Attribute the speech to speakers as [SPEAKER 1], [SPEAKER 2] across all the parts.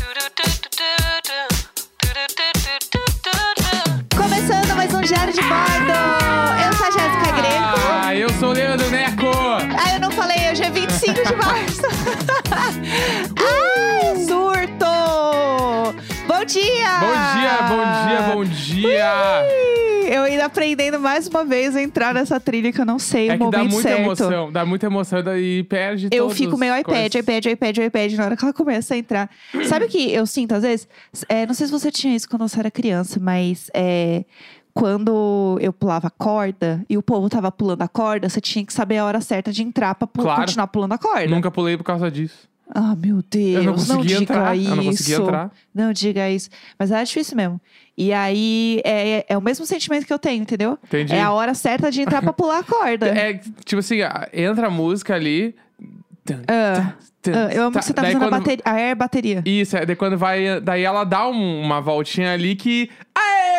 [SPEAKER 1] um
[SPEAKER 2] Ah.
[SPEAKER 1] é 25 de março. Ai, surto! Bom dia!
[SPEAKER 2] Uh! Bom dia, bom dia, bom dia!
[SPEAKER 1] Ui, Eu ainda aprendendo mais uma vez a entrar nessa trilha que eu não sei o
[SPEAKER 2] é que
[SPEAKER 1] momento
[SPEAKER 2] dá muita
[SPEAKER 1] certo.
[SPEAKER 2] emoção, dá muita emoção e perde
[SPEAKER 1] Eu
[SPEAKER 2] todos
[SPEAKER 1] fico meio
[SPEAKER 2] os
[SPEAKER 1] iPad,
[SPEAKER 2] coisas.
[SPEAKER 1] iPad, iPad, iPad, na hora que ela começa a entrar. Sabe o que eu sinto às vezes? S- é, não sei se você tinha isso quando você era criança, mas é, quando eu pulava corda e o povo tava pulando a corda, você tinha que saber a hora certa de entrar pra pu-
[SPEAKER 2] Claro.
[SPEAKER 1] continuar pulando a corda.
[SPEAKER 2] Nunca pulei por causa disso.
[SPEAKER 1] Ah, meu Deus,
[SPEAKER 2] eu não conseguia
[SPEAKER 1] diga
[SPEAKER 2] entrar,
[SPEAKER 1] isso.
[SPEAKER 2] eu não conseguia entrar.
[SPEAKER 1] Não diga isso. Mas era difícil mesmo. E aí, é, é o mesmo sentimento que eu tenho, entendeu?
[SPEAKER 2] Entendi.
[SPEAKER 1] É a hora certa de entrar pra pular a corda.
[SPEAKER 2] É, tipo assim, a- entra a música ali. tan,
[SPEAKER 1] Ah,
[SPEAKER 2] tan,
[SPEAKER 1] ah, eu amo
[SPEAKER 2] tá.
[SPEAKER 1] que você tá
[SPEAKER 2] Daí
[SPEAKER 1] fazendo a,
[SPEAKER 2] quando-
[SPEAKER 1] bateria, a air bateria.
[SPEAKER 2] Isso, é, daí quando vai. Daí ela dá um- uma voltinha ali que. Aê!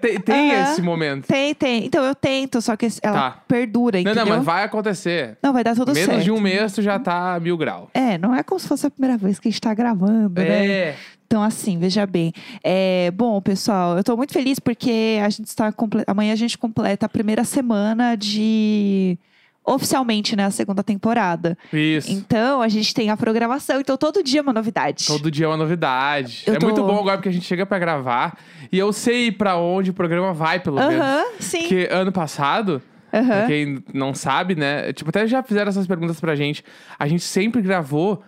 [SPEAKER 2] Tem, tem
[SPEAKER 1] Aham.
[SPEAKER 2] esse momento.
[SPEAKER 1] Tem, tem. Então eu tento, só que ela
[SPEAKER 2] Tá.
[SPEAKER 1] perdura,
[SPEAKER 2] Não,
[SPEAKER 1] entendeu?
[SPEAKER 2] não, mas vai acontecer.
[SPEAKER 1] Não, vai dar tudo
[SPEAKER 2] Menos
[SPEAKER 1] certo.
[SPEAKER 2] de um mês tu já tá mil grau.
[SPEAKER 1] É, não é como se fosse a primeira vez que a gente tá gravando, né?
[SPEAKER 2] É.
[SPEAKER 1] Então, assim, veja bem. É, bom, pessoal, eu tô muito feliz porque a gente está comple- amanhã a gente completa a primeira semana de oficialmente, né, a segunda temporada.
[SPEAKER 2] Isso.
[SPEAKER 1] Então, a gente tem a programação, então todo dia é uma novidade.
[SPEAKER 2] Todo dia é uma novidade.
[SPEAKER 1] Eu
[SPEAKER 2] é
[SPEAKER 1] tô-
[SPEAKER 2] muito bom agora porque a gente chega pra gravar e eu sei pra onde o programa vai, pelo menos.
[SPEAKER 1] Aham, sim.
[SPEAKER 2] Porque ano passado,
[SPEAKER 1] Aham.
[SPEAKER 2] pra quem não sabe, né? Tipo, até já fizeram essas perguntas pra gente. A gente sempre gravou.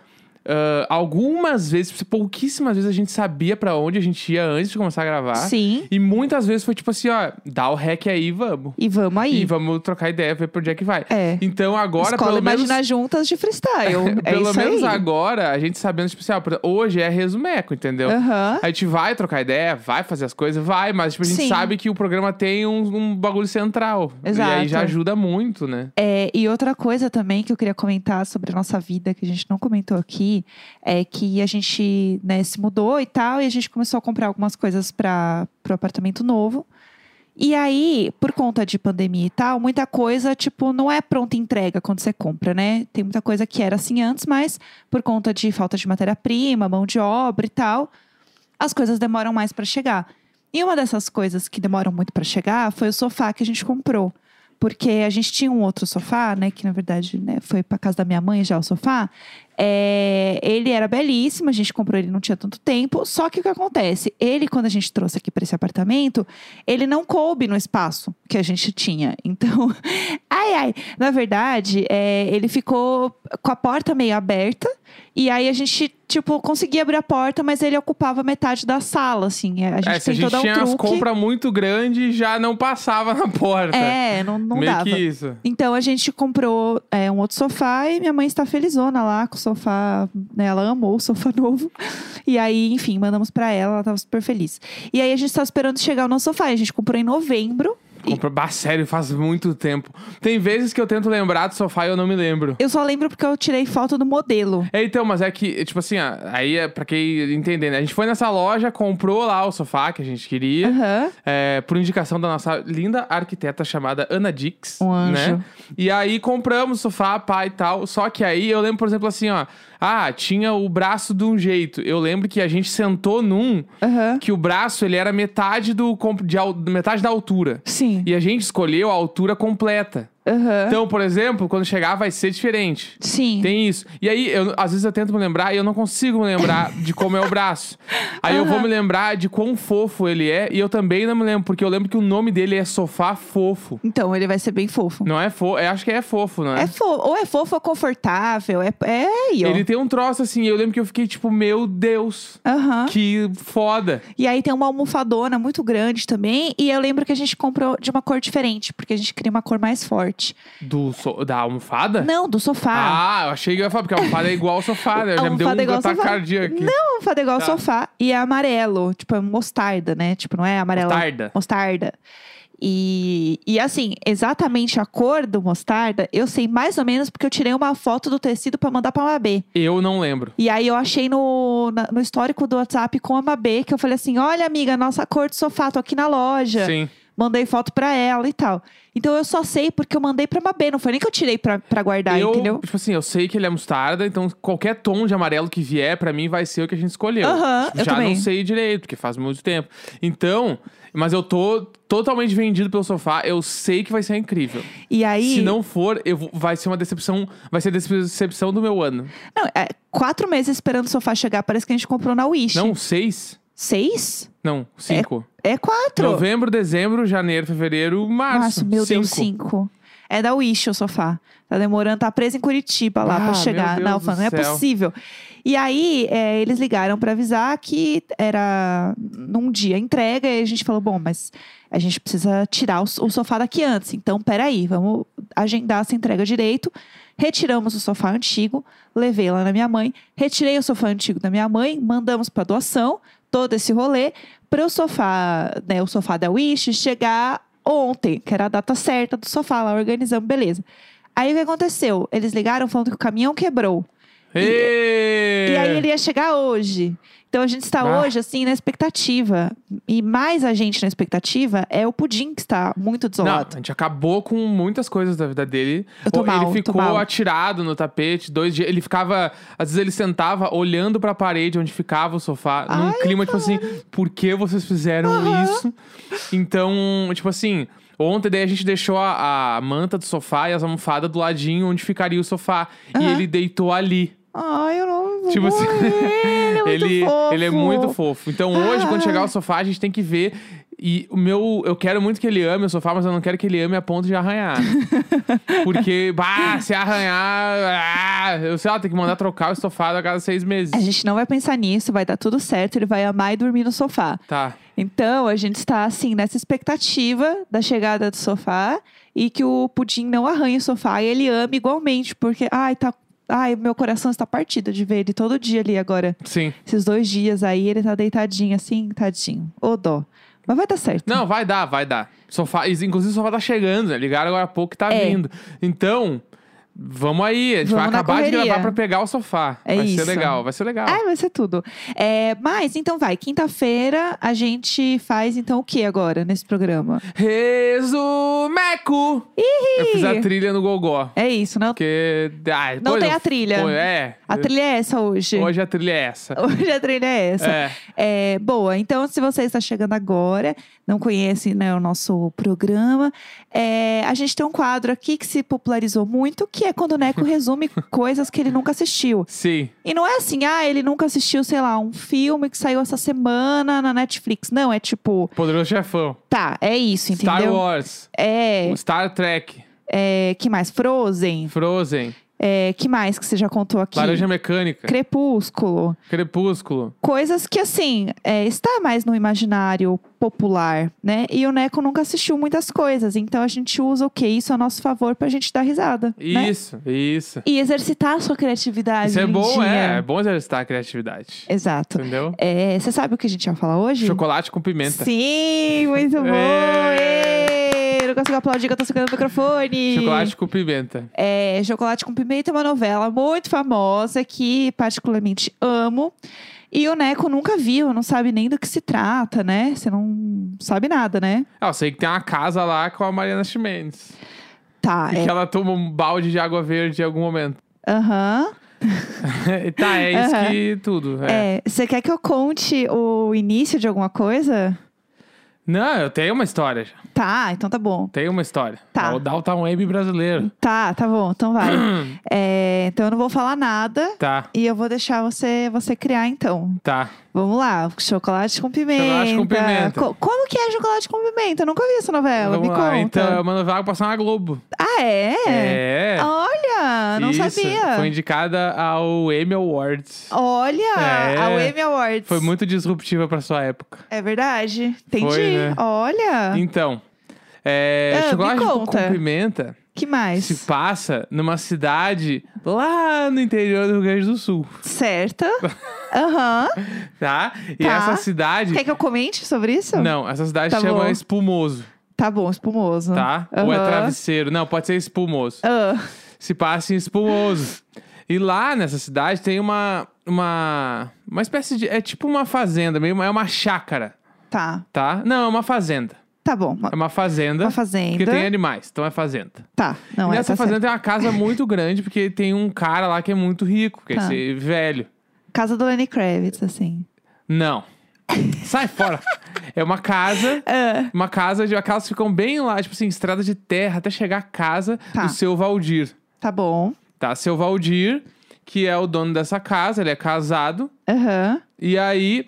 [SPEAKER 2] ah, algumas vezes, pouquíssimas vezes a gente sabia pra onde a gente ia antes de começar a gravar.
[SPEAKER 1] Sim.
[SPEAKER 2] E muitas vezes foi tipo assim, ó, dá o rec aí, vamos.
[SPEAKER 1] E vamos aí.
[SPEAKER 2] E vamos trocar ideia, ver pra onde é que vai.
[SPEAKER 1] É.
[SPEAKER 2] Então agora,
[SPEAKER 1] Escola
[SPEAKER 2] pelo menos
[SPEAKER 1] Imagina Juntas de Freestyle. é
[SPEAKER 2] pelo
[SPEAKER 1] isso
[SPEAKER 2] menos
[SPEAKER 1] aí.
[SPEAKER 2] agora, a gente sabendo, tipo assim, ah, por exemplo, hoje é resumeco, entendeu?
[SPEAKER 1] Aham.
[SPEAKER 2] A gente vai trocar ideia, vai fazer as coisas, vai, mas tipo, a gente
[SPEAKER 1] Sim.
[SPEAKER 2] sabe que o programa tem um, um bagulho central.
[SPEAKER 1] Exato.
[SPEAKER 2] E aí já ajuda muito, né?
[SPEAKER 1] É, e outra coisa também que eu queria comentar sobre a nossa vida, que a gente não comentou aqui, é que a gente né, se mudou e tal, e a gente começou a comprar algumas coisas para o apartamento novo. E aí, por conta de pandemia e tal, muita coisa, tipo, não é pronta entrega quando você compra, né? Tem muita coisa que era assim antes, mas por conta de falta de matéria-prima, mão de obra e tal, as coisas demoram mais para chegar. E uma dessas coisas que demoram muito para chegar foi o sofá que a gente comprou. Porque a gente tinha um outro sofá, né? Que na verdade né, foi pra casa da minha mãe já o sofá. É, ele era belíssimo, a gente comprou ele não tinha tanto tempo. Só que o que acontece? Ele, quando a gente trouxe aqui pra esse apartamento, ele não coube no espaço que a gente tinha. Então, ai, ai. Na verdade, é, ele ficou com a porta meio aberta. E aí a gente, tipo, conseguia abrir a porta, mas ele ocupava metade da sala, assim. A gente
[SPEAKER 2] é, se
[SPEAKER 1] tentou
[SPEAKER 2] a gente
[SPEAKER 1] dar um
[SPEAKER 2] tinha as
[SPEAKER 1] truque.
[SPEAKER 2] compras muito grandes, já não passava na porta.
[SPEAKER 1] É, não, não
[SPEAKER 2] Meio
[SPEAKER 1] dava.
[SPEAKER 2] que isso.
[SPEAKER 1] Então a gente comprou é, um outro sofá e minha mãe está felizona lá com o sofá, né? Ela amou o sofá novo. E aí, enfim, mandamos para ela, ela tava super feliz. E aí a gente tá esperando chegar o nosso sofá. E a gente comprou em novembro.
[SPEAKER 2] Compra... Bah, sério, faz muito tempo. Tem vezes que eu tento lembrar do sofá e eu não me lembro.
[SPEAKER 1] Eu só lembro porque eu tirei foto do modelo.
[SPEAKER 2] É, então, mas é que, tipo assim, ah, aí é pra quem entender, né? A gente foi nessa loja, comprou lá o sofá que a gente queria.
[SPEAKER 1] Aham.
[SPEAKER 2] é, por indicação da nossa linda arquiteta chamada Ana Dix.
[SPEAKER 1] Um anjo.
[SPEAKER 2] Né? E aí compramos sofá, pá e tal. Só que aí eu lembro, por exemplo, assim, ó. Ah, tinha o braço de um jeito. Eu lembro que a gente sentou num
[SPEAKER 1] Aham.
[SPEAKER 2] que o braço ele era metade do comp- de al- metade da altura.
[SPEAKER 1] Sim.
[SPEAKER 2] E a gente escolheu a altura completa.
[SPEAKER 1] Aham.
[SPEAKER 2] Então, por exemplo, quando chegar vai ser diferente.
[SPEAKER 1] Sim.
[SPEAKER 2] Tem isso. E aí, eu- às vezes eu tento me lembrar e eu não consigo me lembrar de como é o braço. Aí eu vou me lembrar de quão fofo ele é e eu também não me lembro, porque eu lembro que o nome dele é Sofá Fofo.
[SPEAKER 1] Então ele vai ser bem fofo.
[SPEAKER 2] Não é fofo, acho que é fofo, não é?
[SPEAKER 1] É fofo, ou é fofo ou confortável. É, é aí, ó.
[SPEAKER 2] Ele tem um troço assim, eu lembro que eu fiquei tipo, meu Deus,
[SPEAKER 1] Aham.
[SPEAKER 2] que foda.
[SPEAKER 1] E aí tem uma almofadona muito grande também. E eu lembro que a gente comprou de uma cor diferente, porque a gente queria uma cor mais forte.
[SPEAKER 2] Do so- da almofada?
[SPEAKER 1] Não, do sofá.
[SPEAKER 2] Ah, eu achei que eu ia falar, porque a almofada é igual ao sofá, né?
[SPEAKER 1] A
[SPEAKER 2] Já me deu
[SPEAKER 1] almofada é
[SPEAKER 2] um
[SPEAKER 1] igual ao
[SPEAKER 2] ataque
[SPEAKER 1] sofá.
[SPEAKER 2] cardíaco. aqui.
[SPEAKER 1] Não, almofada é igual ao
[SPEAKER 2] Tá.
[SPEAKER 1] sofá. E é amarelo, tipo, é mostarda, né? Tipo, não é amarela.
[SPEAKER 2] Mostarda.
[SPEAKER 1] Mostarda. E, e assim, exatamente a cor do mostarda, eu sei mais ou menos porque eu tirei uma foto do tecido pra mandar pra Mabê.
[SPEAKER 2] Eu não lembro.
[SPEAKER 1] E aí eu achei no, na- no histórico do WhatsApp com a Mabê, que eu falei assim, olha amiga, nossa cor do sofá, tô aqui na loja.
[SPEAKER 2] Sim.
[SPEAKER 1] mandei foto pra ela e tal. Então eu só sei porque eu mandei pra Mabê, não foi nem que eu tirei pra, pra guardar,
[SPEAKER 2] eu,
[SPEAKER 1] entendeu?
[SPEAKER 2] tipo assim, eu sei que ele é mostarda, então qualquer tom de amarelo que vier, pra mim, vai ser o que a gente escolheu.
[SPEAKER 1] Aham,
[SPEAKER 2] Tipo,
[SPEAKER 1] eu
[SPEAKER 2] já
[SPEAKER 1] também.
[SPEAKER 2] não sei direito, porque faz muito tempo. Então, mas eu tô totalmente vendido pelo sofá, eu sei que vai ser incrível.
[SPEAKER 1] E aí.
[SPEAKER 2] Se não for, eu vou- vai ser uma decepção, vai ser a decepção do meu ano.
[SPEAKER 1] Não, é, quatro meses esperando o sofá chegar, parece que a gente comprou na Wish.
[SPEAKER 2] Não, seis?
[SPEAKER 1] Seis?
[SPEAKER 2] Não, cinco.
[SPEAKER 1] É quatro.
[SPEAKER 2] Novembro, dezembro, janeiro, fevereiro,
[SPEAKER 1] Nossa,
[SPEAKER 2] março.
[SPEAKER 1] meu
[SPEAKER 2] cinco.
[SPEAKER 1] Deus, cinco. É da Wish o sofá. Tá demorando, tá preso em Curitiba lá
[SPEAKER 2] Ah,
[SPEAKER 1] pra
[SPEAKER 2] meu
[SPEAKER 1] chegar
[SPEAKER 2] Deus
[SPEAKER 1] na
[SPEAKER 2] do
[SPEAKER 1] alfândega. Não é
[SPEAKER 2] céu.
[SPEAKER 1] possível. E aí, é, eles ligaram pra avisar que era num dia a entrega. E a gente falou, bom, mas a gente precisa tirar o, s- o sofá daqui antes. Então, peraí, vamos agendar essa entrega direito. Retiramos o sofá antigo, levei lá na minha mãe. Retirei o sofá antigo da minha mãe, mandamos pra doação. Todo esse rolê para o sofá, né, o sofá da Wish chegar ontem, que era a data certa do sofá lá, organizamos, beleza. Aí o que aconteceu? Eles ligaram falando que o caminhão quebrou.
[SPEAKER 2] Ê!
[SPEAKER 1] E aí ele ia chegar hoje. Então a gente está
[SPEAKER 2] É. Ah.
[SPEAKER 1] hoje, assim, na expectativa. E mais a gente na expectativa é o pudim, que está muito
[SPEAKER 2] Não,
[SPEAKER 1] desolado.
[SPEAKER 2] a gente acabou com muitas coisas da vida dele.
[SPEAKER 1] Eu tô
[SPEAKER 2] ele
[SPEAKER 1] mal, tô
[SPEAKER 2] ficou
[SPEAKER 1] mal.
[SPEAKER 2] atirado no tapete dois dias. Ele ficava. Às vezes ele sentava olhando pra parede onde ficava o sofá. num clima, tipo assim, por que vocês fizeram isso? Então, tipo assim. Ontem daí a gente deixou a, a manta do sofá e as almofadas do ladinho onde ficaria o sofá. E
[SPEAKER 1] Aham.
[SPEAKER 2] ele deitou ali.
[SPEAKER 1] Ai, eu não vou
[SPEAKER 2] Tipo assim,
[SPEAKER 1] morrer, ele é muito
[SPEAKER 2] ele,
[SPEAKER 1] fofo.
[SPEAKER 2] ele é muito fofo. Então hoje,
[SPEAKER 1] Ah.
[SPEAKER 2] quando chegar o sofá, a gente tem que ver. E o meu. Eu quero muito que ele ame o sofá, mas eu não quero que ele ame a ponto de arranhar. Porque, bah, se arranhar. ah, eu sei lá, tem que mandar trocar o estofado a cada seis meses.
[SPEAKER 1] A gente não vai pensar nisso, vai dar tudo certo, ele vai amar e dormir no sofá.
[SPEAKER 2] Tá.
[SPEAKER 1] Então, a gente está, assim, nessa expectativa da chegada do sofá e que o pudim não arranhe o sofá e ele ame igualmente, porque, ai, tá. Ai, meu coração está partido de ver ele todo dia ali agora.
[SPEAKER 2] Sim.
[SPEAKER 1] Esses dois dias aí, ele tá deitadinho assim, tadinho. Ô dó. Mas vai dar certo.
[SPEAKER 2] Não, vai dar, vai dar. Sofá, inclusive o sofá tá chegando, né? Ligaram agora há pouco que tá
[SPEAKER 1] É.
[SPEAKER 2] vindo. Então, vamos aí. A gente
[SPEAKER 1] Vamos na
[SPEAKER 2] vai acabar de
[SPEAKER 1] correria.
[SPEAKER 2] gravar pra pegar o sofá.
[SPEAKER 1] É
[SPEAKER 2] vai
[SPEAKER 1] isso.
[SPEAKER 2] ser legal, vai ser legal.
[SPEAKER 1] Ai, É, vai ser tudo. É, mas, então vai, quinta-feira a gente faz, então, o que agora nesse programa?
[SPEAKER 2] Resumeco! Eu fiz a trilha no Gogó.
[SPEAKER 1] É isso, não,
[SPEAKER 2] Porque. Ah,
[SPEAKER 1] não
[SPEAKER 2] pô,
[SPEAKER 1] tem
[SPEAKER 2] eu-
[SPEAKER 1] a trilha.
[SPEAKER 2] pô, é.
[SPEAKER 1] A trilha é essa hoje.
[SPEAKER 2] Hoje a trilha é essa.
[SPEAKER 1] Hoje a trilha é essa.
[SPEAKER 2] É.
[SPEAKER 1] É, boa, então se você está chegando agora, não conhece né, o nosso programa, é, a gente tem um quadro aqui que se popularizou muito, que é quando o Neco resume coisas que ele nunca assistiu.
[SPEAKER 2] Sim.
[SPEAKER 1] E não é assim, ah, ele nunca assistiu, sei lá, um filme que saiu essa semana na Netflix. Não, é tipo,
[SPEAKER 2] Poderoso Chefão.
[SPEAKER 1] tá, é isso, entendeu?
[SPEAKER 2] Star Wars.
[SPEAKER 1] É,
[SPEAKER 2] Star Trek.
[SPEAKER 1] é, que mais? Frozen.
[SPEAKER 2] Frozen.
[SPEAKER 1] É, que mais que você já contou aqui?
[SPEAKER 2] Laranja Mecânica.
[SPEAKER 1] Crepúsculo.
[SPEAKER 2] Crepúsculo.
[SPEAKER 1] coisas que, assim, é, está mais no imaginário popular, né? E o Neco nunca assistiu muitas coisas, então a gente usa o que? Isso a nosso favor pra gente dar risada. Né?
[SPEAKER 2] Isso, isso.
[SPEAKER 1] E exercitar a sua criatividade.
[SPEAKER 2] Isso é bom,
[SPEAKER 1] lindinha.
[SPEAKER 2] é. É bom exercitar a criatividade.
[SPEAKER 1] Exato.
[SPEAKER 2] Entendeu?
[SPEAKER 1] É, Você sabe o que a gente vai falar hoje?
[SPEAKER 2] Chocolate com pimenta.
[SPEAKER 1] Sim, muito bom!
[SPEAKER 2] É.
[SPEAKER 1] Ê, Não consigo aplaudir que eu tô segurando o microfone.
[SPEAKER 2] Chocolate com pimenta.
[SPEAKER 1] É, Chocolate com Pimenta é uma novela muito famosa que particularmente amo. E o Neco nunca viu, não sabe nem do que se trata, né? Você não sabe nada, né?
[SPEAKER 2] Ah, eu sei que tem uma casa lá com a Mariana Chimenez.
[SPEAKER 1] Tá,
[SPEAKER 2] E
[SPEAKER 1] é.
[SPEAKER 2] que ela toma um balde de água verde em algum momento.
[SPEAKER 1] Aham.
[SPEAKER 2] tá, é isso
[SPEAKER 1] Aham.
[SPEAKER 2] que tudo. é.
[SPEAKER 1] É, você quer que eu conte o início de alguma coisa?
[SPEAKER 2] Não, eu tenho uma história. já.
[SPEAKER 1] Tá, então tá bom.
[SPEAKER 2] Tenho uma história.
[SPEAKER 1] Tá.
[SPEAKER 2] É o Downtown Web brasileiro.
[SPEAKER 1] Tá, tá bom, então vai. É, então eu não vou falar nada
[SPEAKER 2] Tá,
[SPEAKER 1] e eu vou deixar você, você criar então.
[SPEAKER 2] tá.
[SPEAKER 1] Vamos lá, chocolate com pimenta.
[SPEAKER 2] Chocolate com pimenta.
[SPEAKER 1] Co- como que é chocolate com pimenta? Eu nunca vi essa novela,
[SPEAKER 2] Vamos
[SPEAKER 1] me
[SPEAKER 2] lá.
[SPEAKER 1] conta.
[SPEAKER 2] Então, é uma novela que passou na Globo.
[SPEAKER 1] Ah, é?
[SPEAKER 2] É.
[SPEAKER 1] Olha, não
[SPEAKER 2] Isso.
[SPEAKER 1] sabia.
[SPEAKER 2] Foi indicada ao Emmy Awards.
[SPEAKER 1] Olha,
[SPEAKER 2] É.
[SPEAKER 1] a Emmy Awards.
[SPEAKER 2] Foi muito disruptiva pra sua época.
[SPEAKER 1] É verdade. Entendi.
[SPEAKER 2] Foi, né?
[SPEAKER 1] Olha,
[SPEAKER 2] Então, é,
[SPEAKER 1] Ah, me
[SPEAKER 2] chocolate
[SPEAKER 1] conta.
[SPEAKER 2] com pimenta
[SPEAKER 1] que mais?
[SPEAKER 2] se passa numa cidade lá no interior do Rio Grande do Sul,
[SPEAKER 1] Certo. Aham.
[SPEAKER 2] tá? E
[SPEAKER 1] Tá.
[SPEAKER 2] essa cidade...
[SPEAKER 1] Quer que eu comente sobre isso?
[SPEAKER 2] Não, essa cidade
[SPEAKER 1] Tá
[SPEAKER 2] chama
[SPEAKER 1] bom.
[SPEAKER 2] Espumoso,
[SPEAKER 1] Tá bom, espumoso.
[SPEAKER 2] tá? Ou é
[SPEAKER 1] Aham.
[SPEAKER 2] travesseiro. Não, pode ser Espumoso.
[SPEAKER 1] Ah,
[SPEAKER 2] se passa em Espumoso. E lá nessa cidade tem uma, uma, uma espécie de. É tipo uma fazenda, meio, é uma chácara,
[SPEAKER 1] tá,
[SPEAKER 2] tá? Não, é uma fazenda.
[SPEAKER 1] Tá bom. Uma,
[SPEAKER 2] É uma fazenda.
[SPEAKER 1] uma fazenda.
[SPEAKER 2] Porque tem animais, então é fazenda.
[SPEAKER 1] Tá. Não,
[SPEAKER 2] e
[SPEAKER 1] é,
[SPEAKER 2] nessa
[SPEAKER 1] tá
[SPEAKER 2] fazenda
[SPEAKER 1] certo.
[SPEAKER 2] tem uma casa muito grande, porque tem um cara lá que é muito rico, que é
[SPEAKER 1] Tá.
[SPEAKER 2] esse velho.
[SPEAKER 1] Casa do Lenny Kravitz, assim.
[SPEAKER 2] Não. Sai fora. É uma casa.
[SPEAKER 1] Ah,
[SPEAKER 2] Uma casa de. Aquelas ficam bem lá, tipo assim, estrada de terra, até chegar a casa
[SPEAKER 1] Tá.
[SPEAKER 2] do seu Valdir.
[SPEAKER 1] tá bom.
[SPEAKER 2] Tá? Seu Valdir, que é o dono dessa casa, ele é casado.
[SPEAKER 1] Aham,
[SPEAKER 2] E aí,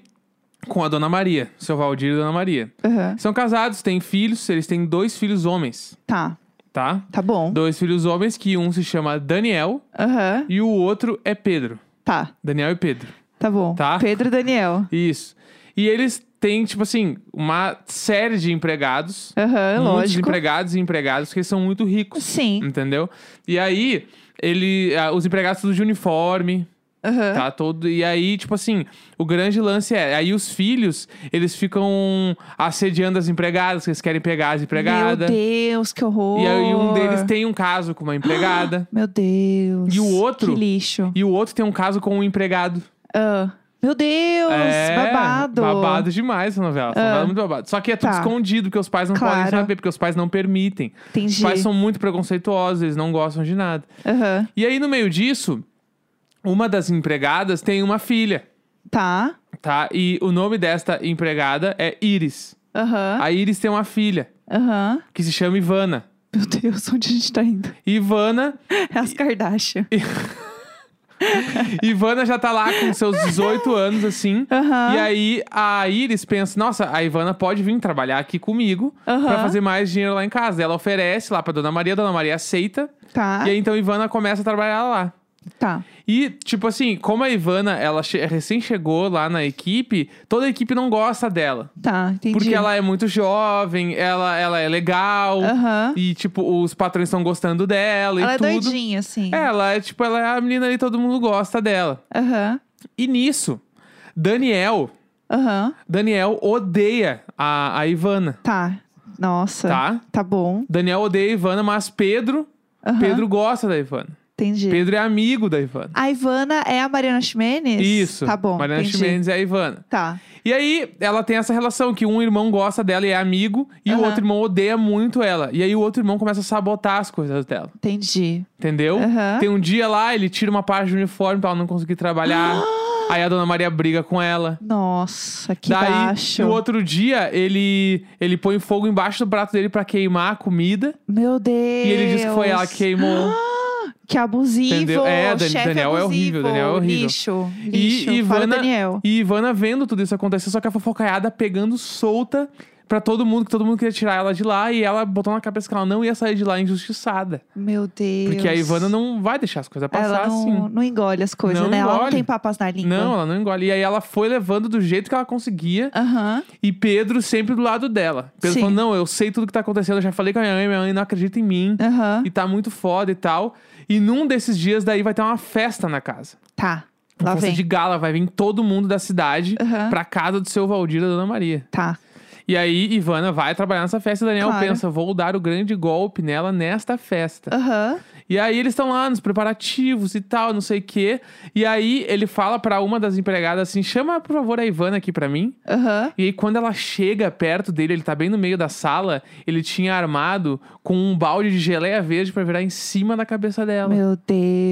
[SPEAKER 2] com a dona Maria. Seu Valdir e Dona Maria.
[SPEAKER 1] aham.
[SPEAKER 2] São casados, têm filhos, eles têm dois filhos homens,
[SPEAKER 1] Tá,
[SPEAKER 2] tá?
[SPEAKER 1] tá bom.
[SPEAKER 2] Dois filhos homens, que um se chama Daniel
[SPEAKER 1] Aham,
[SPEAKER 2] e o outro é Pedro.
[SPEAKER 1] tá,
[SPEAKER 2] Daniel e Pedro.
[SPEAKER 1] tá bom.
[SPEAKER 2] Tá.
[SPEAKER 1] Pedro e Daniel.
[SPEAKER 2] Isso. E eles têm, tipo assim, uma série de empregados.
[SPEAKER 1] Aham,
[SPEAKER 2] muitos
[SPEAKER 1] lógico.
[SPEAKER 2] empregados e empregados que são muito ricos,
[SPEAKER 1] Sim,
[SPEAKER 2] entendeu? E aí, ele, ah, os empregados tudo de uniforme,
[SPEAKER 1] aham.
[SPEAKER 2] tá todo. E aí, tipo assim, o grande lance é, aí os filhos, eles ficam assediando as empregadas, que eles querem pegar as
[SPEAKER 1] Meu
[SPEAKER 2] empregadas.
[SPEAKER 1] Deus, que horror.
[SPEAKER 2] E aí um deles tem um caso com uma empregada
[SPEAKER 1] Meu Deus.
[SPEAKER 2] E o outro?
[SPEAKER 1] Que lixo.
[SPEAKER 2] e o outro tem um caso com um empregado.
[SPEAKER 1] Ah, meu Deus,
[SPEAKER 2] é,
[SPEAKER 1] babado.
[SPEAKER 2] Babado demais essa novela. Essa novela é muito babado. Só que é tudo
[SPEAKER 1] Tá.
[SPEAKER 2] escondido, porque os pais não podem
[SPEAKER 1] Claro.
[SPEAKER 2] saber, porque os pais não permitem. Os
[SPEAKER 1] Entendi.
[SPEAKER 2] pais são muito preconceituosos, eles não gostam de nada.
[SPEAKER 1] Aham,
[SPEAKER 2] E aí, no meio disso, uma das empregadas tem uma filha,
[SPEAKER 1] tá.
[SPEAKER 2] tá? E o nome desta empregada é Iris.
[SPEAKER 1] Aham,
[SPEAKER 2] A Iris tem uma filha,
[SPEAKER 1] aham.
[SPEAKER 2] que se chama Ivana.
[SPEAKER 1] Meu Deus, onde a gente tá indo?
[SPEAKER 2] Ivana,
[SPEAKER 1] É as Kardashian.
[SPEAKER 2] Ivana já tá lá com seus 18 anos, assim.
[SPEAKER 1] Aham.
[SPEAKER 2] E aí, a Iris pensa, nossa, a Ivana pode vir trabalhar aqui comigo
[SPEAKER 1] Aham.
[SPEAKER 2] pra fazer mais dinheiro lá em casa. Ela oferece lá pra Dona Maria, Dona Maria aceita.
[SPEAKER 1] Tá,
[SPEAKER 2] E aí, então, Ivana começa a trabalhar lá.
[SPEAKER 1] tá.
[SPEAKER 2] E, tipo assim, como a Ivana, ela che- recém chegou lá na equipe, toda a equipe não gosta dela.
[SPEAKER 1] Tá, entendi.
[SPEAKER 2] Porque ela é muito jovem, ela, ela é legal.
[SPEAKER 1] Aham.
[SPEAKER 2] E, tipo, os patrões estão gostando dela
[SPEAKER 1] Ela
[SPEAKER 2] e
[SPEAKER 1] é
[SPEAKER 2] tudo.
[SPEAKER 1] doidinha, assim.
[SPEAKER 2] Ela é, tipo, ela é a menina ali, todo mundo gosta dela.
[SPEAKER 1] Aham,
[SPEAKER 2] E nisso, Daniel,
[SPEAKER 1] aham.
[SPEAKER 2] Daniel odeia a, a Ivana,
[SPEAKER 1] Tá. Nossa.
[SPEAKER 2] tá?
[SPEAKER 1] Tá bom.
[SPEAKER 2] Daniel odeia a Ivana, mas Pedro,
[SPEAKER 1] Aham.
[SPEAKER 2] Pedro gosta da Ivana.
[SPEAKER 1] Entendi.
[SPEAKER 2] Pedro é amigo da Ivana.
[SPEAKER 1] A Ivana é a Mariana Ximenes?
[SPEAKER 2] Isso.
[SPEAKER 1] Tá bom.
[SPEAKER 2] Mariana
[SPEAKER 1] entendi.
[SPEAKER 2] Ximenes é a Ivana.
[SPEAKER 1] Tá.
[SPEAKER 2] E aí, ela tem essa relação que um irmão gosta dela e é amigo, e o
[SPEAKER 1] Aham.
[SPEAKER 2] outro irmão odeia muito ela. E aí, o outro irmão começa a sabotar as coisas dela,
[SPEAKER 1] Entendi.
[SPEAKER 2] entendeu?
[SPEAKER 1] Aham.
[SPEAKER 2] Tem um dia lá, ele tira uma parte do uniforme pra ela não conseguir trabalhar. aí, a dona Maria briga com ela.
[SPEAKER 1] Nossa, que
[SPEAKER 2] Daí,
[SPEAKER 1] baixo.
[SPEAKER 2] no outro dia, ele, ele põe fogo embaixo do prato dele pra queimar a comida.
[SPEAKER 1] Meu Deus.
[SPEAKER 2] E ele disse que foi ela que queimou.
[SPEAKER 1] Que abusivo.
[SPEAKER 2] Entendeu? É, Dan-
[SPEAKER 1] chefe
[SPEAKER 2] Daniel é horrível,
[SPEAKER 1] abusivo,
[SPEAKER 2] Daniel é horrível.
[SPEAKER 1] Lixo.
[SPEAKER 2] E
[SPEAKER 1] lixo. Fala,
[SPEAKER 2] Ivana-
[SPEAKER 1] Daniel.
[SPEAKER 2] E Ivana vendo tudo isso acontecer, só que a fofocaiada pegando solta pra todo mundo, que todo mundo queria tirar ela de lá. E ela botou na cabeça que ela não ia sair de lá injustiçada.
[SPEAKER 1] Meu Deus.
[SPEAKER 2] Porque a Ivana não vai deixar as coisas passar
[SPEAKER 1] Ela não,
[SPEAKER 2] assim.
[SPEAKER 1] não engole as coisas,
[SPEAKER 2] Não
[SPEAKER 1] né? Ela não
[SPEAKER 2] engole.
[SPEAKER 1] tem papas na língua.
[SPEAKER 2] Não, ela não engole. E aí ela foi levando do jeito que ela conseguia.
[SPEAKER 1] Aham.
[SPEAKER 2] E Pedro sempre do lado dela. Pedro
[SPEAKER 1] Sim.
[SPEAKER 2] falou: Não, eu sei tudo que tá acontecendo. Eu já falei com a minha mãe, minha mãe não acredita em mim.
[SPEAKER 1] Aham.
[SPEAKER 2] E tá muito foda e tal. E num desses dias, daí vai ter uma festa na casa.
[SPEAKER 1] Tá.
[SPEAKER 2] Uma
[SPEAKER 1] Lá
[SPEAKER 2] festa
[SPEAKER 1] vem.
[SPEAKER 2] de gala, vai vir todo mundo da cidade
[SPEAKER 1] Aham.
[SPEAKER 2] pra casa do seu Valdir e da Dona Maria.
[SPEAKER 1] Tá.
[SPEAKER 2] E aí, Ivana vai trabalhar nessa festa e Daniel
[SPEAKER 1] Claro. Ah.
[SPEAKER 2] pensa: vou dar o grande golpe nela nesta festa.
[SPEAKER 1] Aham.
[SPEAKER 2] E aí eles estão lá nos preparativos e tal, não sei o quê. E aí ele fala pra uma das empregadas assim: chama por favor a Ivana aqui pra mim.
[SPEAKER 1] Aham.
[SPEAKER 2] E aí, quando ela chega perto dele, ele tá bem no meio da sala, ele tinha armado com um balde de geleia verde pra virar em cima da cabeça dela.
[SPEAKER 1] Meu
[SPEAKER 2] e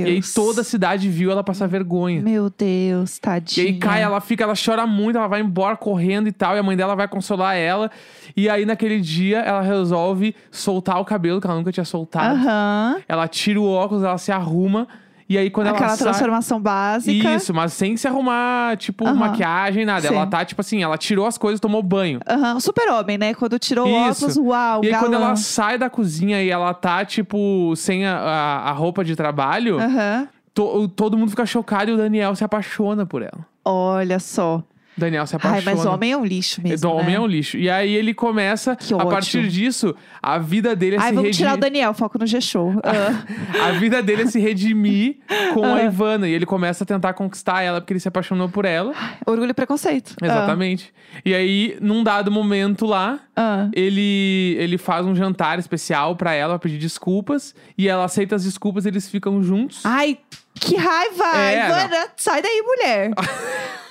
[SPEAKER 1] Deus.
[SPEAKER 2] aí toda a cidade viu ela passar vergonha.
[SPEAKER 1] Meu Deus,
[SPEAKER 2] E
[SPEAKER 1] tadinha.
[SPEAKER 2] aí cai, ela fica, ela chora muito, ela vai embora correndo e tal, e a mãe dela vai consolar ela. E aí naquele dia ela resolve soltar o cabelo que ela nunca tinha soltado.
[SPEAKER 1] Aham.
[SPEAKER 2] Ela tira o óculos, ela se arruma. E aí quando
[SPEAKER 1] Aquela
[SPEAKER 2] ela sai
[SPEAKER 1] transformação básica.
[SPEAKER 2] isso, mas sem se arrumar, tipo,
[SPEAKER 1] Aham.
[SPEAKER 2] maquiagem, nada.
[SPEAKER 1] Sim.
[SPEAKER 2] Ela tá, tipo assim, ela tirou as coisas, tomou banho.
[SPEAKER 1] Aham. O Super-homem, né? Quando tirou É o
[SPEAKER 2] Isso.
[SPEAKER 1] óculos, uau,
[SPEAKER 2] e aí, quando
[SPEAKER 1] galã.
[SPEAKER 2] ela sai da cozinha e ela tá, tipo, sem a, a- a roupa de trabalho,
[SPEAKER 1] Aham.
[SPEAKER 2] to- todo mundo fica chocado e o Daniel se apaixona por ela.
[SPEAKER 1] Olha só.
[SPEAKER 2] Daniel se apaixona.
[SPEAKER 1] Ai, mas homem é um lixo mesmo.
[SPEAKER 2] Do homem
[SPEAKER 1] né?
[SPEAKER 2] é um lixo. E aí ele começa,
[SPEAKER 1] Que
[SPEAKER 2] a
[SPEAKER 1] ódio.
[SPEAKER 2] partir disso, a vida dele a
[SPEAKER 1] Ai,
[SPEAKER 2] se
[SPEAKER 1] vamos tirar o
[SPEAKER 2] redimir.
[SPEAKER 1] Daniel, foco no G-Show. Ah,
[SPEAKER 2] A vida dele a se redimir com a
[SPEAKER 1] Ah.
[SPEAKER 2] Ivana. E ele começa a tentar conquistar ela porque ele se apaixonou por ela.
[SPEAKER 1] orgulho e preconceito. Ah,
[SPEAKER 2] Exatamente. E aí, num dado momento lá,
[SPEAKER 1] ah.
[SPEAKER 2] ele, ele faz um jantar especial pra ela pra pedir desculpas. E ela aceita as desculpas, eles ficam juntos.
[SPEAKER 1] Ai, Que raiva!
[SPEAKER 2] É,
[SPEAKER 1] Ivana, sai daí, mulher!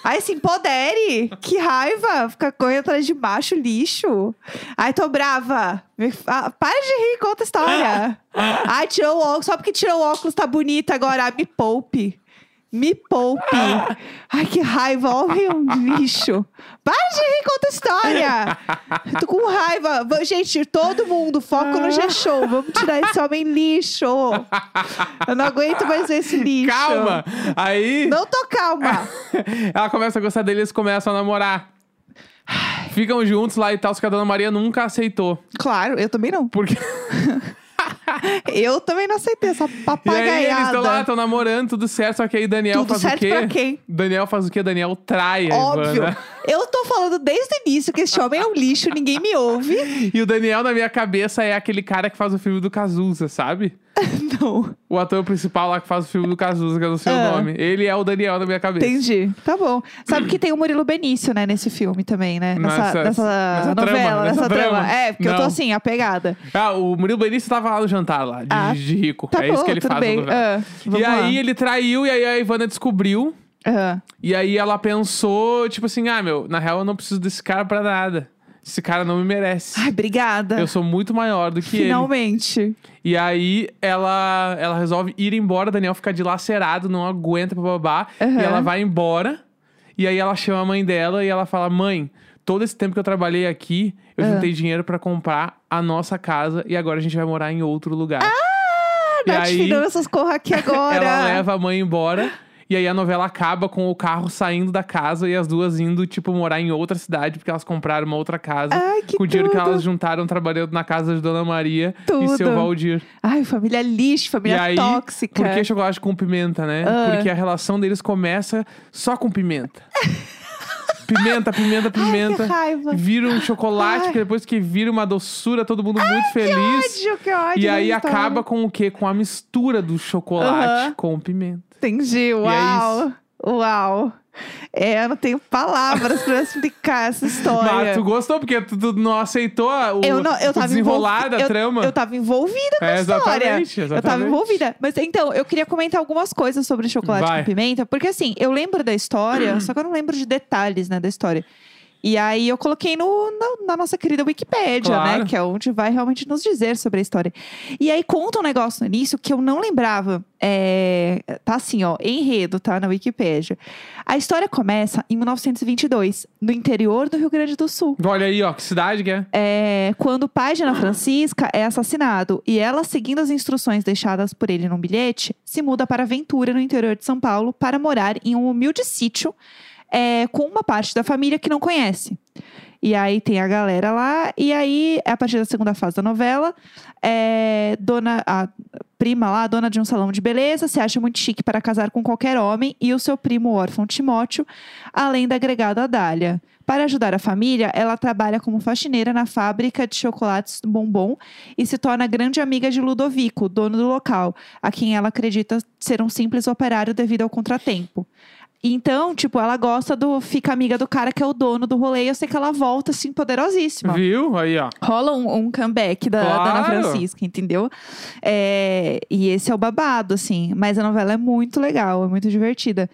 [SPEAKER 1] Ai, se empodere! assim, Que raiva! Fica correndo atrás de macho lixo. Ai, tô brava. Me... Ah, para de rir, conta a história. Ai, tirou o óculos. Só porque tirou o óculos tá bonita agora. Ah, me poupe. Me poupe. Ai, que raiva. Olha um lixo. Para de rir, conta a história. Eu tô com raiva. Va- Gente, todo mundo, foco no G-Show. Vamos tirar esse homem lixo. Eu não aguento mais ver esse lixo.
[SPEAKER 2] Calma! Aí
[SPEAKER 1] Não tô calma.
[SPEAKER 2] ela começa a gostar dele, eles começam a namorar. Ficam juntos lá e tal, só que a dona Maria nunca aceitou.
[SPEAKER 1] Claro, eu também não.
[SPEAKER 2] Porque
[SPEAKER 1] Eu também não aceitei essa
[SPEAKER 2] e aí eles
[SPEAKER 1] papagaiada.
[SPEAKER 2] estão lá, estão namorando, tudo certo, só que aí Daniel
[SPEAKER 1] Tudo
[SPEAKER 2] faz
[SPEAKER 1] certo
[SPEAKER 2] o quê?
[SPEAKER 1] pra quem?
[SPEAKER 2] Daniel faz o quê? Daniel trai a
[SPEAKER 1] Óbvio.
[SPEAKER 2] Ivana.
[SPEAKER 1] Eu tô falando desde o início que esse homem é um lixo, ninguém me ouve.
[SPEAKER 2] E o Daniel, na minha cabeça, é aquele cara que faz o filme do Cazuza, sabe?
[SPEAKER 1] Não,
[SPEAKER 2] O ator principal lá que faz o filme do Cazuza, que eu não sei
[SPEAKER 1] Ah.
[SPEAKER 2] o nome. Ele é o Daniel na minha cabeça.
[SPEAKER 1] entendi. Tá bom. Sabe que tem o Murilo Benício, né, nesse filme também, né? Nessa,
[SPEAKER 2] Nessa-
[SPEAKER 1] novela,
[SPEAKER 2] nessa trama,
[SPEAKER 1] nessa,
[SPEAKER 2] nessa
[SPEAKER 1] trama.
[SPEAKER 2] trama.
[SPEAKER 1] É, porque eu tô
[SPEAKER 2] Não.
[SPEAKER 1] assim, apegada.
[SPEAKER 2] Ah, o Murilo Benício tava lá no jantar lá, de,
[SPEAKER 1] Ah,
[SPEAKER 2] de rico.
[SPEAKER 1] Tá
[SPEAKER 2] é
[SPEAKER 1] bom,
[SPEAKER 2] isso que ele
[SPEAKER 1] tudo
[SPEAKER 2] faz
[SPEAKER 1] bem.
[SPEAKER 2] no novela.
[SPEAKER 1] Ah, vamos
[SPEAKER 2] E aí
[SPEAKER 1] lá.
[SPEAKER 2] ele traiu, e aí a Ivana descobriu.
[SPEAKER 1] Ah,
[SPEAKER 2] E aí ela pensou, tipo assim, ah, meu, na real eu não preciso desse cara pra nada. Esse cara não me merece.
[SPEAKER 1] Ai, obrigada.
[SPEAKER 2] Eu sou muito maior do que ele.
[SPEAKER 1] Finalmente.
[SPEAKER 2] E aí ela, ela resolve ir embora, Daniel fica dilacerado, não aguenta babá.
[SPEAKER 1] Aham.
[SPEAKER 2] E ela vai embora. E aí ela chama a mãe dela e ela fala: "Mãe, todo esse tempo que eu trabalhei aqui, eu
[SPEAKER 1] Ah.
[SPEAKER 2] juntei dinheiro pra comprar a nossa casa e agora a gente vai morar em outro lugar".
[SPEAKER 1] Ah,
[SPEAKER 2] E
[SPEAKER 1] Nath
[SPEAKER 2] aí-
[SPEAKER 1] Finanças, corra aqui agora.
[SPEAKER 2] Ela leva a mãe embora. E aí a novela acaba com o carro saindo da casa e as duas indo, tipo, morar em outra cidade, porque elas compraram uma outra casa.
[SPEAKER 1] Ai, que
[SPEAKER 2] com o dinheiro que
[SPEAKER 1] tudo.
[SPEAKER 2] elas juntaram trabalhando na casa de Dona Maria e
[SPEAKER 1] Tudo.
[SPEAKER 2] seu Valdir.
[SPEAKER 1] Ai, família lixo, família
[SPEAKER 2] e aí,
[SPEAKER 1] tóxica.
[SPEAKER 2] por que chocolate com pimenta, né?
[SPEAKER 1] Ah.
[SPEAKER 2] Porque a relação deles começa só com pimenta. pimenta, pimenta,
[SPEAKER 1] Ai, que
[SPEAKER 2] pimenta.
[SPEAKER 1] raiva.
[SPEAKER 2] Vira um chocolate,
[SPEAKER 1] Ai.
[SPEAKER 2] que depois que vira uma doçura, todo mundo muito feliz.
[SPEAKER 1] Que ódio, que ódio.
[SPEAKER 2] E aí
[SPEAKER 1] da história.
[SPEAKER 2] acaba com o quê? Com a mistura do chocolate
[SPEAKER 1] Aham.
[SPEAKER 2] com pimenta. é
[SPEAKER 1] Entendi, uau. uau. É, eu não tenho palavras pra explicar essa
[SPEAKER 2] Mas
[SPEAKER 1] história.
[SPEAKER 2] tu gostou, porque tu, tu não aceitou a- o,
[SPEAKER 1] eu não, eu
[SPEAKER 2] o
[SPEAKER 1] tava
[SPEAKER 2] desenrolar
[SPEAKER 1] envolvi-
[SPEAKER 2] da
[SPEAKER 1] eu,
[SPEAKER 2] trama.
[SPEAKER 1] Eu tava envolvida com
[SPEAKER 2] É,
[SPEAKER 1] a história.
[SPEAKER 2] exatamente,
[SPEAKER 1] Eu tava
[SPEAKER 2] exatamente.
[SPEAKER 1] envolvida. Mas então, eu queria comentar algumas coisas sobre o chocolate
[SPEAKER 2] Vai.
[SPEAKER 1] com pimenta, porque assim, eu lembro da história, só que eu não lembro de detalhes, né, da história. E aí eu coloquei no, na, na nossa querida Wikipédia,
[SPEAKER 2] Claro.
[SPEAKER 1] né? Que é onde vai realmente nos dizer sobre a história. E aí conta um negócio no início que eu não lembrava. É, tá assim, ó, enredo, tá? Na Wikipédia. A história começa em 1922, no interior do Rio Grande do Sul.
[SPEAKER 2] Olha aí, ó, que cidade que é.
[SPEAKER 1] É, quando o pai de Ana Francisca é assassinado e ela, seguindo as instruções deixadas por ele num bilhete, se muda para Ventura, no interior de São Paulo, para morar em um humilde sítio é, com uma parte da família que não conhece. E aí tem a galera lá, e aí, a partir da segunda fase da novela, é, dona, a prima lá, dona de um salão de beleza, se acha muito chique para casar com qualquer homem, e o seu primo órfão Timóteo, além da agregada Dália. Para ajudar a família, ela trabalha como faxineira na fábrica de chocolates Bombom e se torna grande amiga de Ludovico, dono do local, a quem ela acredita ser um simples operário devido ao contratempo. Então, tipo, ela gosta do. Fica amiga do cara que é o dono do rolê. E eu sei que ela volta, assim, poderosíssima
[SPEAKER 2] Viu? Aí, ó.
[SPEAKER 1] rola um, um comeback da, da Ana
[SPEAKER 2] Claro.
[SPEAKER 1] Francisca, entendeu? É, e esse é o babado, assim. Mas a novela é muito legal, é muito divertida.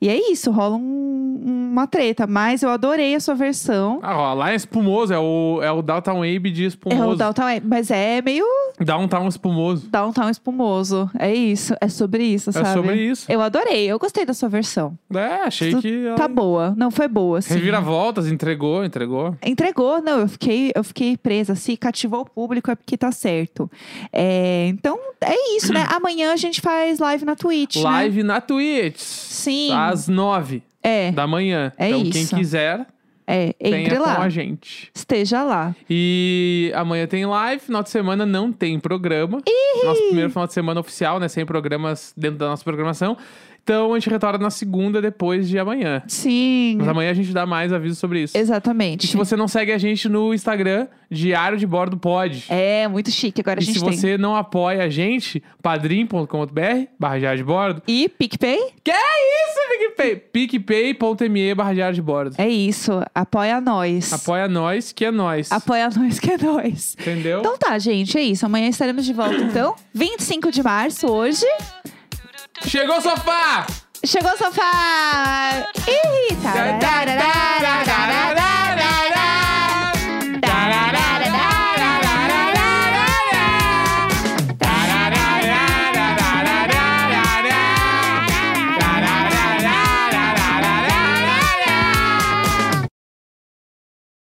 [SPEAKER 1] E é isso, rola um- uma treta. Mas eu adorei a sua versão.
[SPEAKER 2] Ah, ó, lá é espumoso, é o, é o Downtown Abe de espumoso.
[SPEAKER 1] É o Downtown, é- mas é meio
[SPEAKER 2] Downtown um espumoso.
[SPEAKER 1] Downtown espumoso. É isso, é sobre isso, sabe?
[SPEAKER 2] É sobre isso.
[SPEAKER 1] Eu adorei, eu gostei da sua versão.
[SPEAKER 2] É, achei
[SPEAKER 1] Tu-
[SPEAKER 2] que.
[SPEAKER 1] Tá boa, não foi boa, assim.
[SPEAKER 2] Reviravoltas, entregou, entregou.
[SPEAKER 1] Entregou, não, eu fiquei, eu fiquei presa. Se cativou o público é porque tá certo. É, então é isso, né? Amanhã a gente faz live na Twitch. né?
[SPEAKER 2] Live na Twitch.
[SPEAKER 1] Sim.
[SPEAKER 2] Às nove
[SPEAKER 1] É,
[SPEAKER 2] da manhã.
[SPEAKER 1] É
[SPEAKER 2] então,
[SPEAKER 1] isso.
[SPEAKER 2] quem quiser,
[SPEAKER 1] é. Entre
[SPEAKER 2] venha com
[SPEAKER 1] lá.
[SPEAKER 2] a gente.
[SPEAKER 1] Esteja lá.
[SPEAKER 2] E amanhã tem live, final de semana não tem programa. Nosso primeiro final de semana oficial, né? Sem programas dentro da nossa programação. Então a gente retorna na segunda depois de amanhã.
[SPEAKER 1] Sim.
[SPEAKER 2] Mas amanhã a gente dá mais aviso sobre isso. E
[SPEAKER 1] Exatamente.
[SPEAKER 2] se você não segue a gente no Instagram, Diário de Bordo Pod.
[SPEAKER 1] É, muito chique. Agora
[SPEAKER 2] e
[SPEAKER 1] a gente
[SPEAKER 2] se
[SPEAKER 1] tem.
[SPEAKER 2] você não apoia a gente, padrim.com.br, barra Diário de Bordo.
[SPEAKER 1] E PicPay?
[SPEAKER 2] Que é isso, PicPay? PicPay.me, barra Diário de Bordo.
[SPEAKER 1] É isso. Apoia nós.
[SPEAKER 2] Apoia nós, que é nós.
[SPEAKER 1] Apoia nós, que é nós.
[SPEAKER 2] Entendeu?
[SPEAKER 1] Então tá, gente, é isso. Amanhã estaremos de volta, então. 25 de março, hoje.
[SPEAKER 2] Chegou o sofá!
[SPEAKER 1] Chegou o sofá! Ih, tarará, tarará, tarará.